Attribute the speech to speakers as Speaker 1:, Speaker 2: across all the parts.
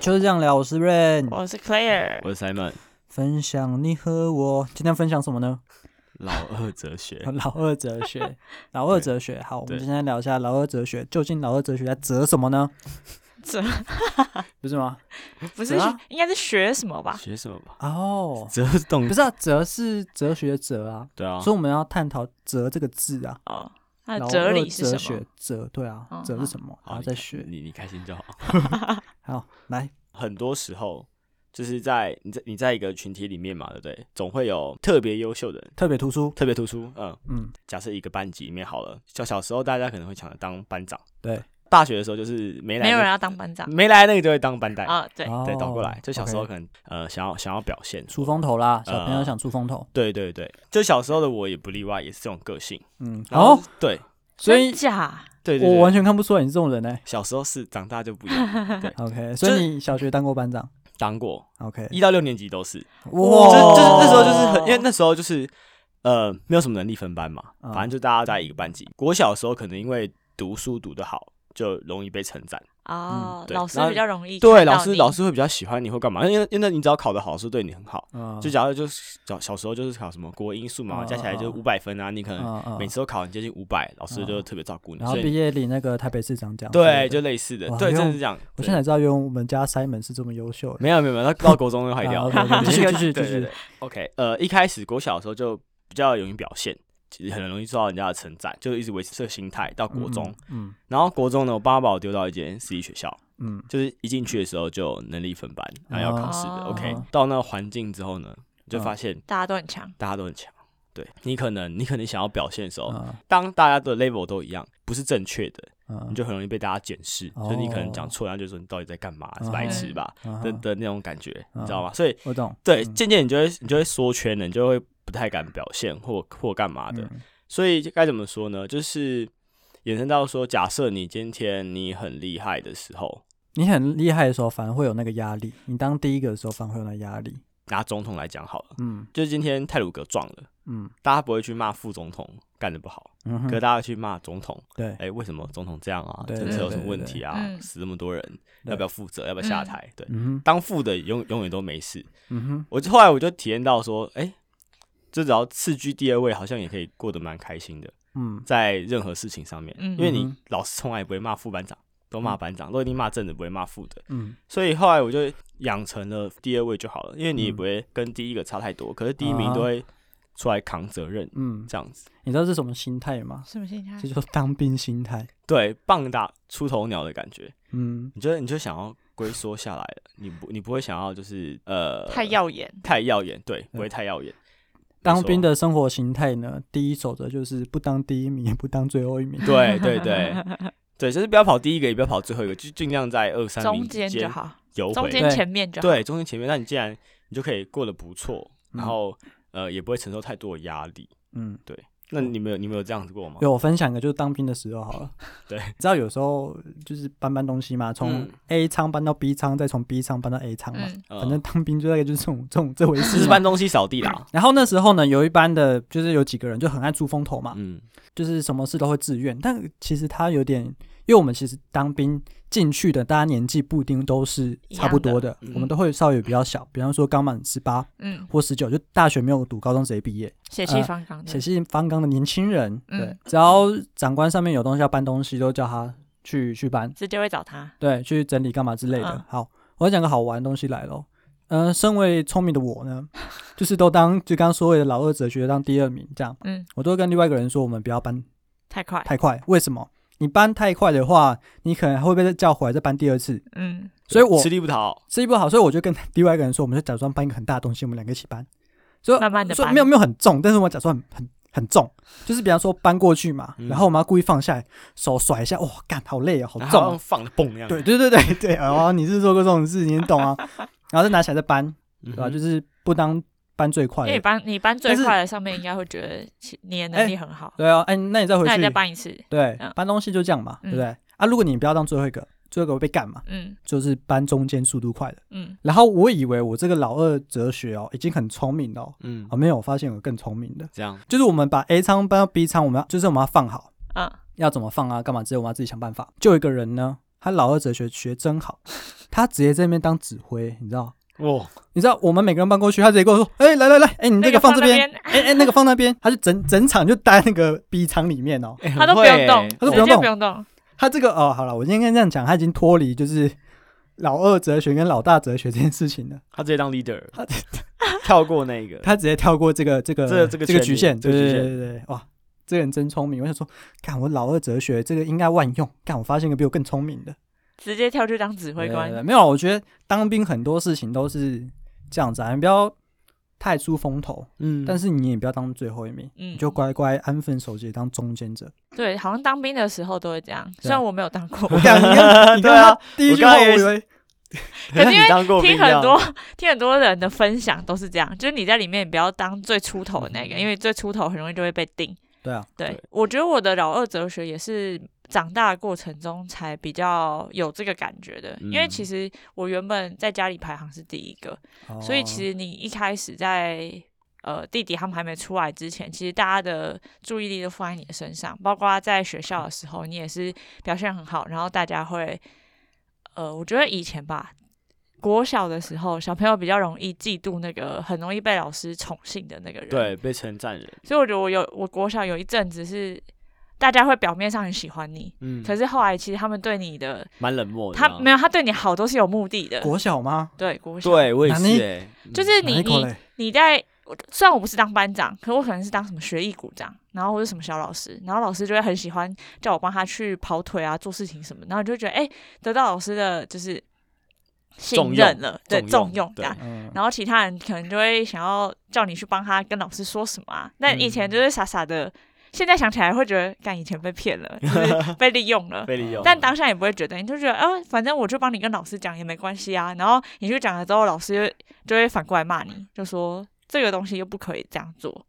Speaker 1: 就是这样聊，我是 Rain，
Speaker 2: 我是 Claire，
Speaker 3: 我是 Simon，
Speaker 1: 分享你和我。今天分享什么呢？。
Speaker 3: 老二哲学
Speaker 1: 老二哲 学，老二哲学。好，我们
Speaker 3: 对
Speaker 1: 今天聊一下老二哲学，究竟老二哲学在折什么呢？
Speaker 2: 折，
Speaker 1: 不是吗？
Speaker 2: 不是
Speaker 1: 折
Speaker 2: 学、
Speaker 1: 啊
Speaker 2: 应该是学什么吧？
Speaker 3: 学什么吧？
Speaker 1: 哦，
Speaker 3: 折动
Speaker 1: 不是啊，哲是哲学的哲啊，
Speaker 3: 对啊
Speaker 1: 所，以我们要探讨哲这个字啊。
Speaker 2: 哦，那
Speaker 1: 老
Speaker 2: 哲
Speaker 1: 二
Speaker 2: 理是
Speaker 1: 哲
Speaker 2: 什么
Speaker 1: 学？哲对啊
Speaker 2: 嗯，
Speaker 1: 哲是什么？然
Speaker 3: 好
Speaker 1: 后
Speaker 3: 你
Speaker 1: 再
Speaker 3: 开
Speaker 1: 学。
Speaker 3: 你你开心就好。
Speaker 1: 好，来，
Speaker 3: 很多时候就是在你在你在一个群体里面嘛，对不对？总会有特别优秀的人，
Speaker 1: 特别突出。
Speaker 3: 特别突出。嗯，
Speaker 1: 嗯，
Speaker 3: 假设一个班级里面好了，小小时候大家可能会抢着当班长，
Speaker 1: 对。
Speaker 3: 大学的时候就是没来
Speaker 2: 没有人
Speaker 3: 那
Speaker 2: 要当班长
Speaker 3: 没来那个就会当班带，
Speaker 2: 啊、对，
Speaker 3: 对，倒过来
Speaker 1: 哦，
Speaker 3: 就小时候
Speaker 1: OK
Speaker 3: 可能呃想要想要表现
Speaker 1: 出风头啦，小朋友
Speaker 3: 呃
Speaker 1: 想出风头。
Speaker 3: 对对对，就小时候的我也不例外，也是这种个性。
Speaker 1: 嗯，
Speaker 3: 然后
Speaker 1: 好，，
Speaker 3: 对
Speaker 1: 所以
Speaker 2: 真假
Speaker 3: 对对对，
Speaker 1: 我完全看不出来你是这种人欸呢。
Speaker 3: 小时候是，长大就不一样。
Speaker 1: OK，所
Speaker 3: 就
Speaker 1: 以你小学当过班长
Speaker 3: 当过
Speaker 1: ？OK，
Speaker 3: 一到六年级都是，
Speaker 1: 哇，
Speaker 3: 就是就是那时候就
Speaker 2: 哦
Speaker 3: 是很，因为那时候就是呃没有什么能力分班嘛，
Speaker 1: 嗯
Speaker 3: 反正就大家在一个班级。国小的时候可能因为读书读得好，就容易被称赞，
Speaker 2: 哦、
Speaker 3: 对
Speaker 2: 老师
Speaker 3: 然后
Speaker 2: 比较容易
Speaker 3: 对
Speaker 2: 看到
Speaker 3: 老师
Speaker 2: 你
Speaker 3: 老师会比较喜欢你或干嘛，因为因为你只要考得好是对你很好。
Speaker 1: 嗯
Speaker 3: 就假如就是小小时候就是考什么国英数嘛，
Speaker 1: 嗯
Speaker 3: 加起来就
Speaker 1: 嗯
Speaker 3: 五百分啊，你可能
Speaker 1: 嗯嗯
Speaker 3: 每次都考很接近五百，老师
Speaker 1: 嗯
Speaker 3: 就特别照顾你，
Speaker 1: 然后
Speaker 3: 所
Speaker 1: 毕
Speaker 3: 以
Speaker 1: 业礼那个台北市长奖之类
Speaker 3: 对
Speaker 1: 的，
Speaker 3: 就类似的
Speaker 1: 哇，
Speaker 3: 对，
Speaker 1: 因为
Speaker 3: 真的是这样。
Speaker 1: 我
Speaker 3: 对
Speaker 1: 现在才知道，原来我们家 Simon 是这么优秀的。
Speaker 3: 没有没有没有，到到国 中就坏掉
Speaker 1: 啊
Speaker 3: 了。
Speaker 1: ，OK，OK，继续
Speaker 3: 对
Speaker 1: 继续
Speaker 3: 对
Speaker 1: 继续
Speaker 3: 对对 OK，呃，一开始国小的时候就比较容易表现，其实很容易受到人家的称赞，就一直维持这个心态到国中。
Speaker 1: 嗯，
Speaker 3: 然后国中呢，我爸妈把我丢到一间私立学校，
Speaker 1: 嗯
Speaker 3: 就是一进去的时候就有能力分班，然后要考试的。
Speaker 2: 哦
Speaker 3: OK，到那个环境之后呢，就
Speaker 1: 嗯
Speaker 3: 发现
Speaker 2: 大家都很强，
Speaker 3: 大家都很强。对你可能你可能想要表现的时
Speaker 1: 嗯
Speaker 3: 候，
Speaker 1: 嗯
Speaker 3: 当大家的 level 都一样，不是正确的，
Speaker 1: 嗯，
Speaker 3: 哦你就很容易被大家检视，就是你可能
Speaker 1: 哦
Speaker 3: 讲错，然后就说你到底在干嘛，
Speaker 1: 嗯
Speaker 3: 是白痴吧
Speaker 1: 嗯
Speaker 3: 的
Speaker 1: 哼
Speaker 3: 的那种感觉，你知道
Speaker 1: 嗯
Speaker 3: 吗？所以
Speaker 1: 我懂
Speaker 3: 对，
Speaker 1: 嗯
Speaker 3: 渐渐你就会你就会缩圈了，你就会不太敢表现或或干嘛的。
Speaker 1: 嗯
Speaker 3: 所以该怎么说呢？就是衍生到说，假设你今天你很厉害的时候，
Speaker 1: 你很厉害的时候，反而会有那个压力。你当第一个的时候，反而会有那个压力。
Speaker 3: 拿总统来讲好了，
Speaker 1: 嗯
Speaker 3: 就是今天泰鲁格撞了，
Speaker 1: 嗯
Speaker 3: 大家不会去骂副总统干得不好，
Speaker 1: 嗯
Speaker 3: 可
Speaker 1: 哼，
Speaker 3: 是大家去骂总统，
Speaker 1: 对
Speaker 3: 哎、为什么总统这样啊？
Speaker 1: 对
Speaker 3: 政策有什么问题
Speaker 2: 对对
Speaker 3: 啊
Speaker 2: 对？对
Speaker 3: 死这么多人，
Speaker 1: 对
Speaker 3: 要不要负责？要不要下台？对，
Speaker 1: 嗯哼
Speaker 3: 当副的永永远都没事。
Speaker 1: 嗯哼，
Speaker 3: 我就后来我就体验到说，哎、就只要次居第二位，好像也可以过得蛮开心的。
Speaker 1: 嗯
Speaker 3: 在任何事情上面，
Speaker 2: 嗯
Speaker 3: 因为你
Speaker 1: 嗯
Speaker 3: 老师从来也不会骂副班长，都骂班长，都一定骂正的，不会骂副的。
Speaker 1: 嗯，
Speaker 3: 所以后来我就养成了第二位就好了，因为你也
Speaker 1: 嗯
Speaker 3: 不会跟第一个差太多，可是第一名
Speaker 1: 啊
Speaker 3: 都会出来扛责任，
Speaker 1: 嗯，
Speaker 3: 这样子。
Speaker 1: 你知道是什么心态吗？
Speaker 2: 什么心态
Speaker 1: 这？就是当兵心态。
Speaker 3: 对，棒打出头鸟的感觉，
Speaker 1: 嗯，
Speaker 3: 你觉得你就想要龟缩下来了，你不你不会想要就是呃
Speaker 2: 太耀眼，嗯
Speaker 3: 太耀眼，对，不会太耀眼。
Speaker 1: 当兵
Speaker 3: 的
Speaker 1: 的生活形态呢，第一守则就是不当第一名，也不当最后一 名。
Speaker 3: 对对对对，就是不要跑第一个，也不要跑最后一个，就尽量在二呃三名
Speaker 2: 中
Speaker 3: 之
Speaker 2: 间就好，
Speaker 3: 游
Speaker 2: 中
Speaker 3: 回。
Speaker 2: 间
Speaker 1: 对
Speaker 2: 前面就好，
Speaker 3: 对，中间前面，那你既然你就可以过得不错，然
Speaker 1: 嗯
Speaker 3: 后、呃也不会承受太多的压力。
Speaker 1: 嗯，
Speaker 3: 那你们有你们有这样子过吗？
Speaker 1: 有我分享一个，就是当兵的时候好了。
Speaker 3: 对
Speaker 1: 你知道有时候就是搬搬东西嘛，从
Speaker 3: 嗯
Speaker 1: A 仓搬到 B 仓，再从 B 仓搬到 A 仓嘛。
Speaker 2: 嗯，
Speaker 3: 呃
Speaker 1: 反正当兵就大概就是这种这种这回
Speaker 3: 只
Speaker 1: 事
Speaker 3: 是
Speaker 1: 嘛。
Speaker 3: 搬东西、扫地 啦。
Speaker 1: 然后那时候呢，有一班的，就是有几个人就很爱出风头嘛，
Speaker 3: 嗯，
Speaker 1: 就是什么事都会自愿。但其实他有点，因为我们其实当兵进去的，大家年纪不一定都是差不多的，
Speaker 3: 一样的嗯
Speaker 1: 我们都会稍微比较小，比方说刚满十八
Speaker 2: 嗯，
Speaker 1: 或十九，就大学没有读，高中直接毕业，
Speaker 2: 血气
Speaker 1: 呃
Speaker 2: 方刚的，
Speaker 1: 写信方刚的年轻人，
Speaker 2: 嗯
Speaker 1: 对，只要长官上面有东西要搬东西，都叫他去去搬，
Speaker 2: 直接会找他，
Speaker 1: 对，去整理干嘛之类的。
Speaker 2: 嗯
Speaker 1: 好，我要讲个好玩的东西来喽。嗯、身为聪明的我呢，就是都当就刚刚所谓的老二哲学当第二名这样，
Speaker 2: 嗯，
Speaker 1: 我都会跟另外一个人说，我们不要搬
Speaker 2: 太快，
Speaker 1: 太快。为什么？你搬太快的话，你可能还会被叫回来再搬第二次。
Speaker 2: 嗯，
Speaker 1: 所以我
Speaker 3: 吃力不讨。
Speaker 1: 吃力不好，所以我就跟另外一个人说，我们就假装搬一个很大的东西，我们两个一起搬。所以
Speaker 2: 慢慢地
Speaker 1: 所以
Speaker 2: 搬
Speaker 1: 没有没有很重，但是我假装很很很重，就是比方说搬过去嘛，
Speaker 3: 嗯
Speaker 1: 然后我们要故意放下来，手甩一下，哇，干好累哦，好
Speaker 3: 然
Speaker 1: 重
Speaker 3: 后
Speaker 1: 哦、
Speaker 3: 放的蹦那样，
Speaker 1: 对对对对 对，哦，你是做过这种事，你懂啊？然后再拿起来再搬，
Speaker 3: 嗯
Speaker 1: 对
Speaker 3: 哼，
Speaker 1: 吧、就是不当搬最快
Speaker 2: 因为你
Speaker 1: 的，
Speaker 2: 搬你搬最
Speaker 1: 但是
Speaker 2: 快的上面应该会觉得其你的能力很好，
Speaker 1: 对啊，哎，那你再回
Speaker 2: 那你再
Speaker 1: 去，
Speaker 2: 搬一次，
Speaker 1: 对
Speaker 2: 嗯，
Speaker 1: 搬东西就这样嘛，对
Speaker 2: 嗯
Speaker 1: 不对？啊，如果你不要当最后一个，最后一个会被干嘛？
Speaker 2: 嗯
Speaker 1: 就是搬中间速度快的。
Speaker 2: 嗯，
Speaker 1: 然后我以为我这个老二哲学哦，已经很聪明了哦，
Speaker 3: 嗯
Speaker 1: 啊，，没有，我发现有更聪明的，
Speaker 3: 这样
Speaker 1: 就是我们把 A 仓搬到 B 仓，我们要就是我们要放好，
Speaker 2: 啊，
Speaker 1: 要怎么放啊，干嘛之类，我们要自己想办法。就有一个人呢，他老二哲学学真好，他直接在那边当指挥，你知道？
Speaker 3: 哦，
Speaker 1: 你知道我们每个人搬过去，他直接跟我说：“哎、来来来，哎、你
Speaker 2: 那
Speaker 1: 这
Speaker 2: 个
Speaker 1: 放这
Speaker 2: 那
Speaker 1: 边，，哎哎、那个放那边。”他就整整场就待那个 B 场里面哦。
Speaker 3: 哎
Speaker 2: 他都不用动，
Speaker 1: 他都不
Speaker 2: 直
Speaker 1: 用
Speaker 2: 接
Speaker 1: 动
Speaker 2: 不用动，
Speaker 1: 他这个哦，好了，我今天这样讲，他已经脱离就是老二哲学跟老大哲学这件事情了，
Speaker 3: 他直接当 leader，
Speaker 1: 他
Speaker 3: 跳过那个，
Speaker 1: 他直接跳过这个这个
Speaker 3: 这这个
Speaker 1: 这个
Speaker 3: 权
Speaker 1: 局
Speaker 3: 利
Speaker 1: 限，
Speaker 3: 这个
Speaker 1: 对
Speaker 3: 局
Speaker 1: 对
Speaker 3: 限
Speaker 1: 对对对，哇，这个人真聪明！我想说，看我老二哲学这个应该万用，看我发现一个比我更聪明的
Speaker 2: 直接跳去当指挥
Speaker 1: 对对对
Speaker 2: 官。
Speaker 1: 没有，我觉得当兵很多事情都是这样子啊，你不要太出风头，
Speaker 3: 嗯
Speaker 1: 但是你也不要当最后一名，
Speaker 2: 嗯
Speaker 1: 你就乖乖安分守己当中间 者。
Speaker 2: 对，好像当兵的时候都会这样。虽然我没有当过，
Speaker 1: 啊 我看你看，你
Speaker 3: 对
Speaker 1: 看
Speaker 3: 啊
Speaker 1: 他第一
Speaker 3: 我
Speaker 1: 句
Speaker 3: 刚
Speaker 1: 话，
Speaker 3: 刚
Speaker 1: 我
Speaker 3: 也
Speaker 1: 以为
Speaker 2: 可是因为
Speaker 3: 你当过
Speaker 2: 听
Speaker 3: 兵
Speaker 2: 很
Speaker 3: 啊
Speaker 2: 多听很多人的分享都是这样，就是你在里面你不要当最出头的那个，
Speaker 1: 嗯
Speaker 2: 因为最出头很容易就会被定。
Speaker 1: 对啊，
Speaker 2: 对，
Speaker 3: 对
Speaker 2: 我觉得我的老二哲学也是长大的过程中才比较有这个感觉的，因为
Speaker 3: 嗯
Speaker 2: 其实我原本在家里排行是第一个，
Speaker 1: 哦
Speaker 2: 所以其
Speaker 1: 实
Speaker 2: 实你一开始在呃弟弟他们还没出来之前，其实大家的注意力都放在你的身上，包括在学校的时候，你也是表现很好，然后大家会呃，我觉得以前吧。国小的时候，小朋友比较容易嫉妒那个很容易被老师宠幸的那个人。
Speaker 3: 对被称赞人，
Speaker 2: 所以我觉得我有我国小有一阵子是大家会表面上很喜欢你，
Speaker 3: 嗯，
Speaker 2: 可是后来其实他们对你的，
Speaker 3: 蛮冷漠的啊。
Speaker 2: 他没有他对你好都是有目的的。
Speaker 1: 国小吗？
Speaker 2: 对国小，
Speaker 3: 对我也
Speaker 1: 哪里
Speaker 3: 是哎，
Speaker 2: 就是
Speaker 1: 哪
Speaker 2: 你
Speaker 1: 一口
Speaker 2: 你
Speaker 1: 嘞
Speaker 2: 你在我虽然我不是当班长，可我可能是当什么学艺股长，然后或者什么小老师，然后老师就会很喜欢叫我帮他去跑腿啊，做事情什么，然后你就觉得哎、得到老师的就是信
Speaker 3: 重
Speaker 2: 任
Speaker 3: 用
Speaker 2: 了，对，
Speaker 3: 重
Speaker 2: 重
Speaker 3: 用
Speaker 2: 用这
Speaker 3: 对
Speaker 2: 样。
Speaker 1: 嗯，
Speaker 2: 然后其他人可能就会想要叫你去帮他跟老师说什么啊。那以前
Speaker 3: 嗯
Speaker 2: 就是傻傻的，现在想起来会觉得，干以前被骗了，就是 被利用了。
Speaker 3: 被利用了，
Speaker 2: 但当下也不会觉得，你就觉得，啊，反正我就帮你跟老师讲也没关系啊。然后你去讲了之后，老师就会反过来骂你，就说这个东西又不可以这样做。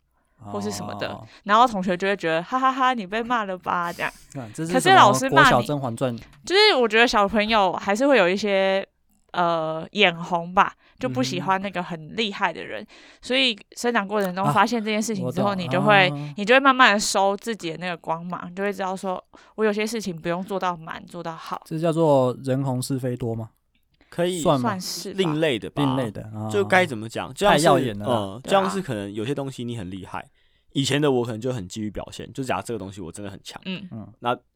Speaker 2: 或是什么的
Speaker 1: 哦
Speaker 2: 然后同学就会觉得，哈哈哈你被骂 了吧？这样，
Speaker 1: 啊这是
Speaker 2: 可
Speaker 1: 什
Speaker 2: 是老
Speaker 1: 么
Speaker 2: 师
Speaker 1: 国
Speaker 2: 骂
Speaker 1: 小《
Speaker 2: 你
Speaker 1: 甄嬛传》
Speaker 2: 就是我觉得小朋友还是会有一些呃眼红吧，就不
Speaker 1: 嗯
Speaker 2: 喜
Speaker 1: 哼
Speaker 2: 欢那个很厉害的人，所以生长过程中
Speaker 1: 啊
Speaker 2: 发现这件事情
Speaker 1: 我
Speaker 2: 之后，
Speaker 1: 懂
Speaker 2: 你就会、
Speaker 1: 啊
Speaker 2: 你就会慢慢的收自己的那个光芒，就会知道说我有些事情不用做到满，做到好，
Speaker 1: 这叫做人红是非多吗？
Speaker 3: 可以
Speaker 1: 算吗
Speaker 2: 算？是吧
Speaker 3: 另类的吧，
Speaker 1: 另类的，啊
Speaker 3: 就该怎么讲，就像
Speaker 1: 太
Speaker 3: 是
Speaker 1: 耀眼了啦
Speaker 3: 嗯，
Speaker 2: 对
Speaker 3: 这样
Speaker 2: 啊
Speaker 3: 是可能有些东西你很厉害，以前的我可能就很基于表现，就假如这个东西我真的很强，
Speaker 2: 嗯，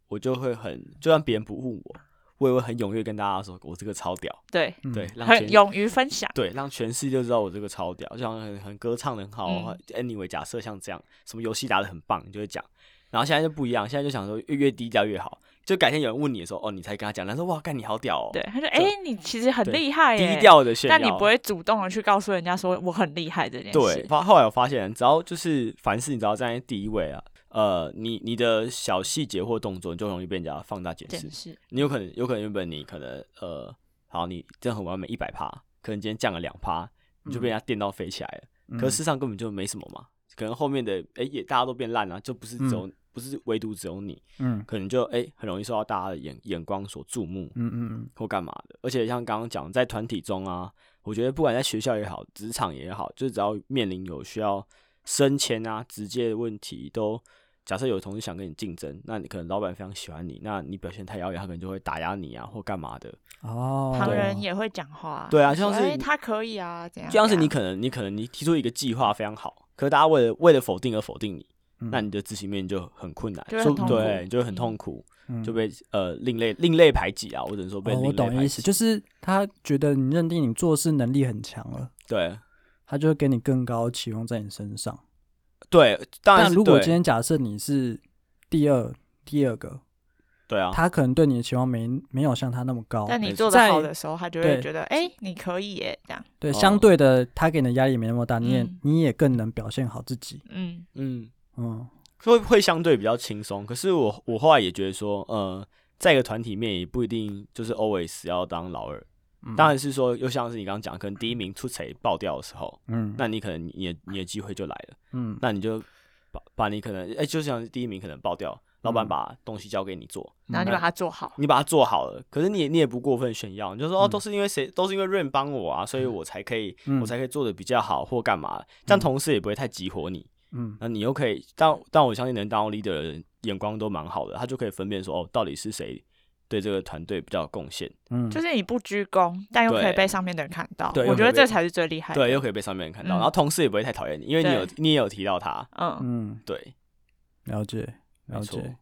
Speaker 3: 我就会很，就算别人不问我，我也会很踊跃跟大家说我这个超屌，
Speaker 2: 对，
Speaker 1: 嗯
Speaker 3: 对，让
Speaker 2: 很
Speaker 3: 全
Speaker 2: 勇于分享，
Speaker 3: 对让全世界都知道我这个超屌，就像很很歌唱的很好啊
Speaker 2: 嗯
Speaker 3: ，anyway，假设像这样，什么游戏打的很棒，你就会讲。然后现在就不一样，现在就想说越越低调越好，就改天有人问你的时候，哦，你才跟他讲，他说哇，干你好屌哦，
Speaker 2: 对，他说哎、
Speaker 3: 对
Speaker 2: 你其实很
Speaker 3: 对
Speaker 2: 厉害耶，
Speaker 3: 低调的炫耀，
Speaker 2: 哎但你不会主动的去告诉人家说我很厉害这件
Speaker 3: 对，
Speaker 2: 事，
Speaker 3: 发后来我发现，只要就是凡事你只要站在第一位啊，呃，你你的小细节或动作，你就容易被人家放大解释
Speaker 2: 真。是，
Speaker 3: 你有可能有可能原本你可能呃，好，你真的很完美一百趴，可能今天降了两趴，你就被人家电到飞起来了。
Speaker 1: 嗯
Speaker 3: 可是事实上根本就没什么嘛，可能后面的哎、也大家都变烂了、就不是只有、不是唯独只有你，
Speaker 1: 嗯
Speaker 3: 可能就哎、很容易受到大家的眼眼光所注目
Speaker 1: 嗯嗯嗯
Speaker 3: 或干嘛的。而且像刚刚讲，在团体中啊，我觉得不管在学校也好，职场也好，就是只要面临有需要升迁啊、直接的问题，都假设有同事想跟你竞争，那你可能老板非常喜欢你，那你表现太耀眼，他可能就会打压你啊，或干嘛的。
Speaker 1: 嗯哦，
Speaker 2: 旁
Speaker 3: 对
Speaker 2: 人也会讲话，
Speaker 3: 对啊
Speaker 2: 说
Speaker 3: 就像是
Speaker 2: 哎他可以啊，这样，
Speaker 3: 就像是
Speaker 2: 这
Speaker 3: 你
Speaker 2: 样
Speaker 3: 可能你可能你提出一个计划非常好，可是大家为了为了否定而否定你，
Speaker 1: 嗯
Speaker 3: 那你的执行面就很困难，
Speaker 2: 就会
Speaker 3: 说
Speaker 2: 很痛
Speaker 3: 对，
Speaker 2: 苦
Speaker 3: 你就会很痛苦，
Speaker 1: 嗯
Speaker 3: 就被呃另类另类排挤啊，或者说被
Speaker 1: 哦
Speaker 3: 另
Speaker 1: 我
Speaker 3: 类排挤、
Speaker 1: 懂意思，就是他觉得你认定你做事能力很强了，
Speaker 3: 对
Speaker 1: 他就会给你更高的期望在你身上。
Speaker 3: 对，当然
Speaker 1: 但
Speaker 3: 是
Speaker 1: 如果
Speaker 3: 对
Speaker 1: 今天假设你是第二第二个，
Speaker 3: 对啊，
Speaker 1: 他可能对你的期望没没有像他那么高，
Speaker 2: 但你
Speaker 3: 没
Speaker 2: 做
Speaker 1: 错
Speaker 2: 的好
Speaker 1: 在
Speaker 2: 的时候，他就
Speaker 1: 对
Speaker 2: 会觉得，哎、你可以耶，这样，
Speaker 1: 对，
Speaker 3: 哦
Speaker 1: 相对的他给你的压力也没那么大，你也
Speaker 2: 嗯
Speaker 1: 你也更能表现好自己。
Speaker 2: 嗯，
Speaker 3: 嗯。
Speaker 1: 嗯，
Speaker 3: 会会相对比较轻松。可是我我后来也觉得说，呃，在一个团体里面也不一定就是 always 要当老二。
Speaker 1: 嗯
Speaker 3: 当然是说，又像是你刚刚讲，可能第一名出谁爆掉的时候，
Speaker 1: 嗯
Speaker 3: 那你可能你的你的机会就来了，
Speaker 1: 嗯
Speaker 3: 那你就把把你可能哎、就像第一名可能爆掉，老板把东西交给你做，
Speaker 2: 然后你把它做好，
Speaker 3: 你把它做好了，可是你也你也不过分炫耀，你就说哦，
Speaker 1: 嗯
Speaker 3: 都是因为谁，都是因为 Rain 帮我啊，所以我才可以，
Speaker 1: 嗯
Speaker 3: 我才可以做的比较好或干嘛，这样同事也不会太激活你。
Speaker 1: 嗯
Speaker 3: 那你又可以，但但我相信能当 leader 的人眼光都蛮好的，他就可以分辨说哦，到底是谁对这个团队比较有贡献，
Speaker 1: 嗯，
Speaker 2: 就是你不鞠躬，但又可以
Speaker 3: 对
Speaker 2: 被上面的人看到，
Speaker 3: 对
Speaker 2: 我
Speaker 3: 又
Speaker 2: 觉
Speaker 3: 可以
Speaker 2: 得这
Speaker 3: 被
Speaker 2: 才是最厉害的。
Speaker 3: 对，又可以被上面人看到，
Speaker 2: 嗯
Speaker 3: 然后同事也不会太讨厌你，因为你有
Speaker 2: 对
Speaker 3: 你也有提到他，
Speaker 2: 嗯，
Speaker 1: 嗯，
Speaker 3: 对，
Speaker 1: 了解
Speaker 3: 没
Speaker 1: 了
Speaker 3: 错，
Speaker 1: 解。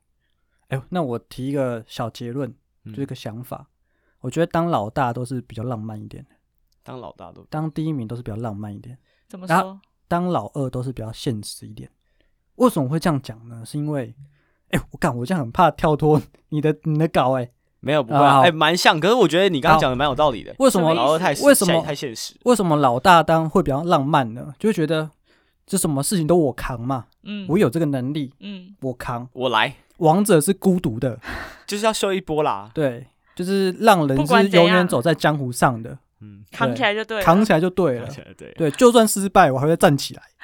Speaker 1: 哎、那我提一个小结论，
Speaker 3: 嗯
Speaker 1: 就是个想法。我觉得当老大都是比较浪漫一点的，
Speaker 3: 当老大都
Speaker 1: 当第一名都是比较浪漫一点，
Speaker 2: 怎么
Speaker 1: 然
Speaker 2: 说？
Speaker 1: 当老二都是比较现实一点。为什么会这样讲呢？是因为，哎、我干，我这样很怕跳脱 你的你的稿哎、
Speaker 3: 没有不会
Speaker 1: 啊
Speaker 3: 啊，
Speaker 1: 好
Speaker 3: 哎，蛮像，可是我觉得你刚刚
Speaker 1: 好
Speaker 3: 讲的蛮有道理的，
Speaker 1: 为什么
Speaker 2: 什么
Speaker 3: 老
Speaker 2: 意
Speaker 3: 二太
Speaker 1: 为什么
Speaker 3: 太现实？
Speaker 1: 为什么老大当会比较浪漫呢？就会觉得这什么事情都我扛嘛，
Speaker 2: 嗯，
Speaker 1: 我有这个能力，
Speaker 2: 嗯，
Speaker 1: 我扛。
Speaker 3: 我来
Speaker 1: 王者是孤独 的，
Speaker 3: 就是要秀一波啦，
Speaker 1: 对，就是让人
Speaker 2: 不管
Speaker 1: 是
Speaker 2: 怎
Speaker 1: 永远
Speaker 2: 样
Speaker 1: 走在江湖上的，
Speaker 3: 嗯，
Speaker 2: 扛
Speaker 1: 对
Speaker 2: 起来就对了，
Speaker 1: 扛起来就对了
Speaker 3: 看。起来对，
Speaker 1: 对，就算失败，我还会站起来。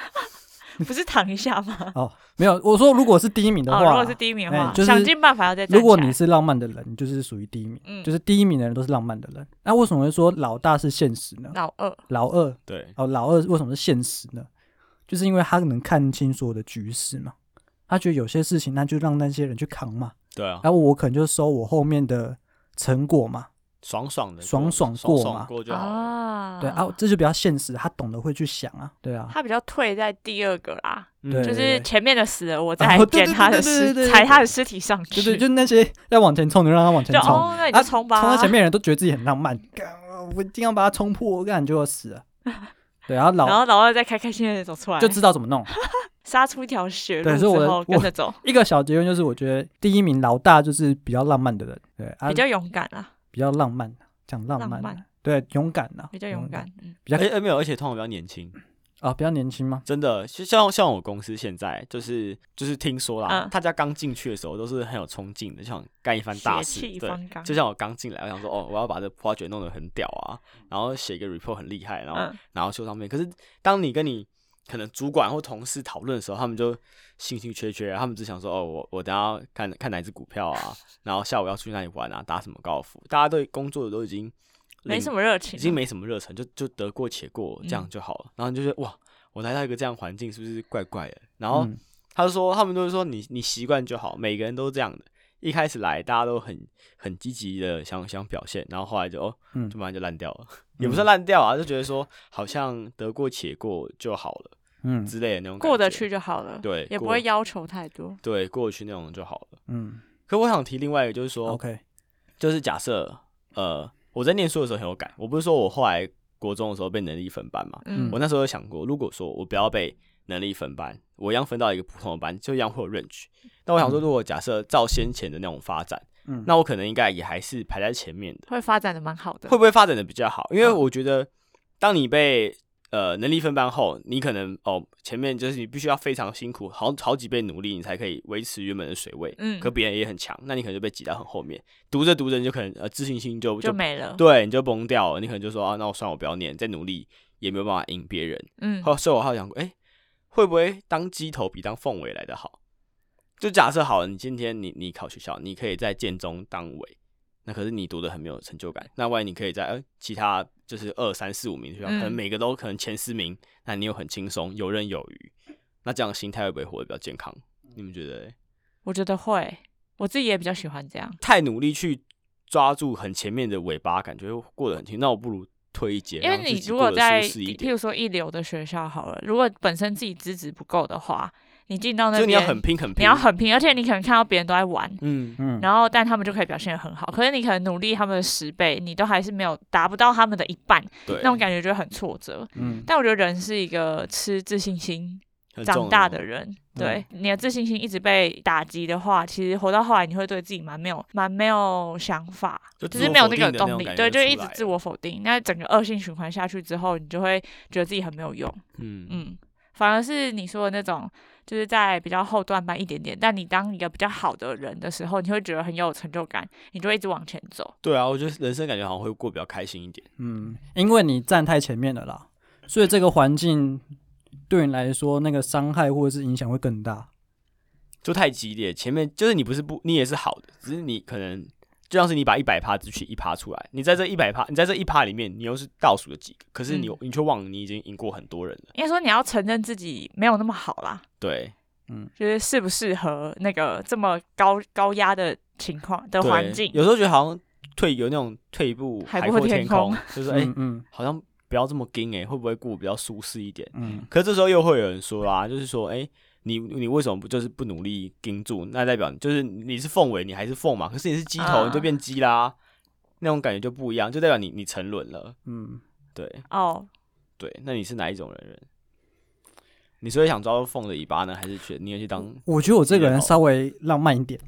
Speaker 2: 不是躺一下吗？
Speaker 1: 哦，没有，我说如果是第一名的
Speaker 2: 哦，
Speaker 1: 话，
Speaker 2: 如果是第一名的
Speaker 1: 哎
Speaker 2: 话，
Speaker 1: 就是
Speaker 2: 想尽办法要再站
Speaker 1: 如果
Speaker 2: 起来
Speaker 1: 你是浪漫的人，你就是属于第一名，
Speaker 2: 嗯
Speaker 1: 就是第一名的人都是浪漫的人。那为什么会说老大是现实呢？
Speaker 2: 老二，
Speaker 1: 老二
Speaker 3: 对，
Speaker 1: 哦，老二为什么是现实呢？就是因为他能看清所有的局势嘛，他觉得有些事情那就让那些人去扛嘛，
Speaker 3: 对
Speaker 2: 哦
Speaker 3: 啊，
Speaker 1: 然后我可能就收我后面的成果嘛，
Speaker 3: 爽爽的过，
Speaker 1: 爽爽
Speaker 3: 爽
Speaker 1: 过
Speaker 3: 爽
Speaker 1: 嘛
Speaker 3: 过就好了。
Speaker 2: 啊
Speaker 1: 对啊，这就比较现实，他懂得会去想啊，对啊，
Speaker 2: 他比较退在第二个啦，
Speaker 3: 嗯
Speaker 1: 对
Speaker 2: 就是前面的死了，我
Speaker 1: 啊
Speaker 2: 再
Speaker 1: 对对
Speaker 2: 捡他的
Speaker 1: 对对对对
Speaker 2: 尸，
Speaker 1: 对
Speaker 2: 踩他的尸体上去，
Speaker 1: 对对，就那些要往前冲的让他往前
Speaker 2: 就
Speaker 1: 冲，
Speaker 2: 哦，那你就冲吧，
Speaker 1: 啊冲到前面的人都觉得自己很浪漫，干我一定要把它冲破，干就要死 了。对，然后
Speaker 2: 然
Speaker 1: 老
Speaker 2: 后老二再开开心心的走出来，
Speaker 1: 就知道怎么弄。
Speaker 2: 杀出一条血路
Speaker 1: 对
Speaker 2: 之
Speaker 1: 所以我的
Speaker 2: 后
Speaker 1: 我
Speaker 2: 跟着走，
Speaker 1: 一个小结论就是，我觉得第一名老大就是比较浪漫的人，对，啊、
Speaker 2: 比较勇敢啦，
Speaker 1: 比较浪漫，讲浪
Speaker 2: 浪
Speaker 1: 漫，啊
Speaker 2: 漫
Speaker 1: 对，勇敢呐、
Speaker 2: 比较勇敢，嗯，
Speaker 1: 较
Speaker 3: 哎哎没有，而且通常比较年轻，
Speaker 1: 啊，比较年轻吗？
Speaker 3: 真的，就像像我公司现在就是就是听说啦，
Speaker 2: 嗯
Speaker 3: 大家刚进去的时候都是很有冲劲的，就想干一番
Speaker 2: 血
Speaker 3: 大事
Speaker 2: 气，
Speaker 3: 对。
Speaker 2: 方刚，
Speaker 3: 就像我刚进来，我想说哦，我要把这 project 弄得很屌啊，然后写一个 report 很厉害，然后、
Speaker 2: 嗯
Speaker 3: 然后秀上面。可是当你跟你可能主管或同事讨论的时候，他们就兴兴缺缺，他们只想说哦，我我等一下要看看哪一只股票啊，然后下午要去哪里玩啊，打什么高尔夫，大家对工作都已经
Speaker 2: 没什
Speaker 3: 么。
Speaker 2: 么热情
Speaker 3: 已经
Speaker 2: 啊，
Speaker 3: 没什么热忱，就就得过且过，这样
Speaker 2: 嗯
Speaker 3: 就好了。然后你就觉得哇，我来到一个这样环境是不是怪怪的？然后
Speaker 1: 嗯
Speaker 3: 他就说，他们都是说你你习惯就好，每个人都这样的。一开始来大家都很很积极的想想表现，然后后来就哦，
Speaker 1: 嗯
Speaker 3: 就慢慢就烂掉了，也不算烂掉啊，就觉得说好像得过且过就好了
Speaker 1: 嗯
Speaker 3: 之类的那种，
Speaker 2: 过得去，就好了，
Speaker 3: 对，
Speaker 2: 也不
Speaker 3: 过
Speaker 2: 会要求太多，
Speaker 3: 对过得去那种就好了。
Speaker 1: 嗯
Speaker 3: 可我想提另外一个，就是说
Speaker 1: ，OK，
Speaker 3: 就是假设呃我在念书的时候很有感，我不是说我后来国中的时候被能力分班嘛，
Speaker 2: 嗯
Speaker 3: 我那时候有想过，如果说我不要被能力分班，我一样分到一个普通的班，就一样会有 range。但我想说，如果假设照先前的那种发展，
Speaker 1: 嗯，
Speaker 3: 那我可能应该也还是排在前面的，
Speaker 2: 会发展的蛮好的，
Speaker 3: 会不会发展的比较好？因为
Speaker 2: 嗯
Speaker 3: 我觉得，当你被呃能力分班后，你可能哦前面就是你必须要非常辛苦，好好几倍努力，你才可以维持原本的水位。
Speaker 2: 嗯
Speaker 3: 可别人也很强，那你可能就被挤到很后面，读着读着你就可能呃自信心就
Speaker 2: 就没了，
Speaker 3: 对你就崩掉了，你可能就说啊那我算了我不要念，再努力也没有办法赢别人。
Speaker 2: 嗯，
Speaker 3: 后所以我还想过，哎、会不会当鸡头比当凤尾来的好？就假设好了，你今天你你考学校，你可以在建中当尾，那可是你读的很没有成就感。那万一你可以在呃其他就是二三四五名的学校，
Speaker 2: 嗯
Speaker 3: 可能每个都可能前十名，那你又很轻松，游刃有余。那这样的心态会不会活得比较健康？你们觉得嘞？
Speaker 2: 我觉得会，我自己也比较喜欢这样，
Speaker 3: 太努力去抓住很前面的尾巴，感觉会过得很轻。那我不如退一节，
Speaker 2: 因为
Speaker 3: 让自
Speaker 2: 你
Speaker 3: 己
Speaker 2: 如
Speaker 3: 过
Speaker 2: 果
Speaker 3: 得
Speaker 2: 在
Speaker 3: 舒适一
Speaker 2: 譬
Speaker 3: 点，
Speaker 2: 如说一流的学校好了，如果本身自己资质不够的话，你进到那
Speaker 3: 就
Speaker 2: 边
Speaker 3: 你要很拼，很拼，
Speaker 2: 你要很拼，而且你可能看到别人都在玩，
Speaker 3: 嗯，
Speaker 1: 嗯，
Speaker 2: 然后但他们就可以表现得很好，可是你可能努力他们的十倍，你都还是没有达不到他们的一半，
Speaker 3: 对，
Speaker 2: 那种感觉就会很挫折。
Speaker 1: 嗯
Speaker 2: 但我觉得人是一个吃自信心
Speaker 3: 很重
Speaker 2: 长
Speaker 3: 要嗯
Speaker 2: 大的人，对、你的自信心一直被打击的话，其实活到后来你会对自己蛮没有蛮没有想法，
Speaker 3: 就
Speaker 2: 就
Speaker 3: 自
Speaker 2: 是
Speaker 3: 我
Speaker 2: 没有
Speaker 3: 否
Speaker 2: 那
Speaker 3: 定
Speaker 2: 个
Speaker 3: 的
Speaker 2: 动
Speaker 3: 种
Speaker 2: 力，
Speaker 3: 感
Speaker 2: 对，
Speaker 3: 觉
Speaker 2: 就
Speaker 3: 出
Speaker 2: 一直
Speaker 3: 来
Speaker 2: 自
Speaker 3: 了，
Speaker 2: 我否定。那整个恶性循环下去之后，你就会觉得自己很没有用，
Speaker 3: 嗯嗯，
Speaker 2: 嗯。反而是你说的那种，就是在比较后段班一点点，但你当一个比较好的人的时候，你会觉得很有成就感，你就会一直往前走。
Speaker 3: 对啊，我觉得人生感觉好像会过比较开心一点，
Speaker 1: 嗯，因为你站太前面了啦，所以这个环境对你来说那个伤害或者是影响会更大。
Speaker 3: 就太激烈。前面就是你不是不，你也是好的，只是你可能就像是你把一百趴只取一趴出来，你在这一百趴，你在这一趴里面，你又是倒数的几个，可是你、
Speaker 2: 嗯
Speaker 3: 你却忘了你已经赢过很多人了。
Speaker 2: 应该说你要承认自己没有那么好啦，
Speaker 3: 对，
Speaker 1: 嗯，
Speaker 2: 就是适不适合那个这么高高压的情况的环
Speaker 3: 对
Speaker 2: 境。
Speaker 3: 有时候觉得好像退有那种退一步
Speaker 2: 海
Speaker 3: 海
Speaker 2: 阔
Speaker 3: 阔
Speaker 2: 天
Speaker 3: 天空， 就是哎、
Speaker 1: 嗯嗯
Speaker 3: 好像不要这么硬哎、会不会过比较舒适一点？
Speaker 1: 嗯，
Speaker 3: 可是这时候又会有人说啦，就是说，哎、你你为什么不就是不努力盯住？那代表就是你是凤尾，你还是凤嘛？可是你是鸡头，
Speaker 2: 啊
Speaker 3: 你就变鸡啦，那种感觉就不一样，就代表你你沉沦了。
Speaker 1: 嗯，
Speaker 3: 对
Speaker 2: 哦，
Speaker 3: 对，那你是哪一种人？你是会想抓住凤的尾巴呢，还是觉得你也 去当
Speaker 1: 我觉得我这个
Speaker 3: 也
Speaker 1: 人
Speaker 3: 好
Speaker 1: 稍微浪漫一点，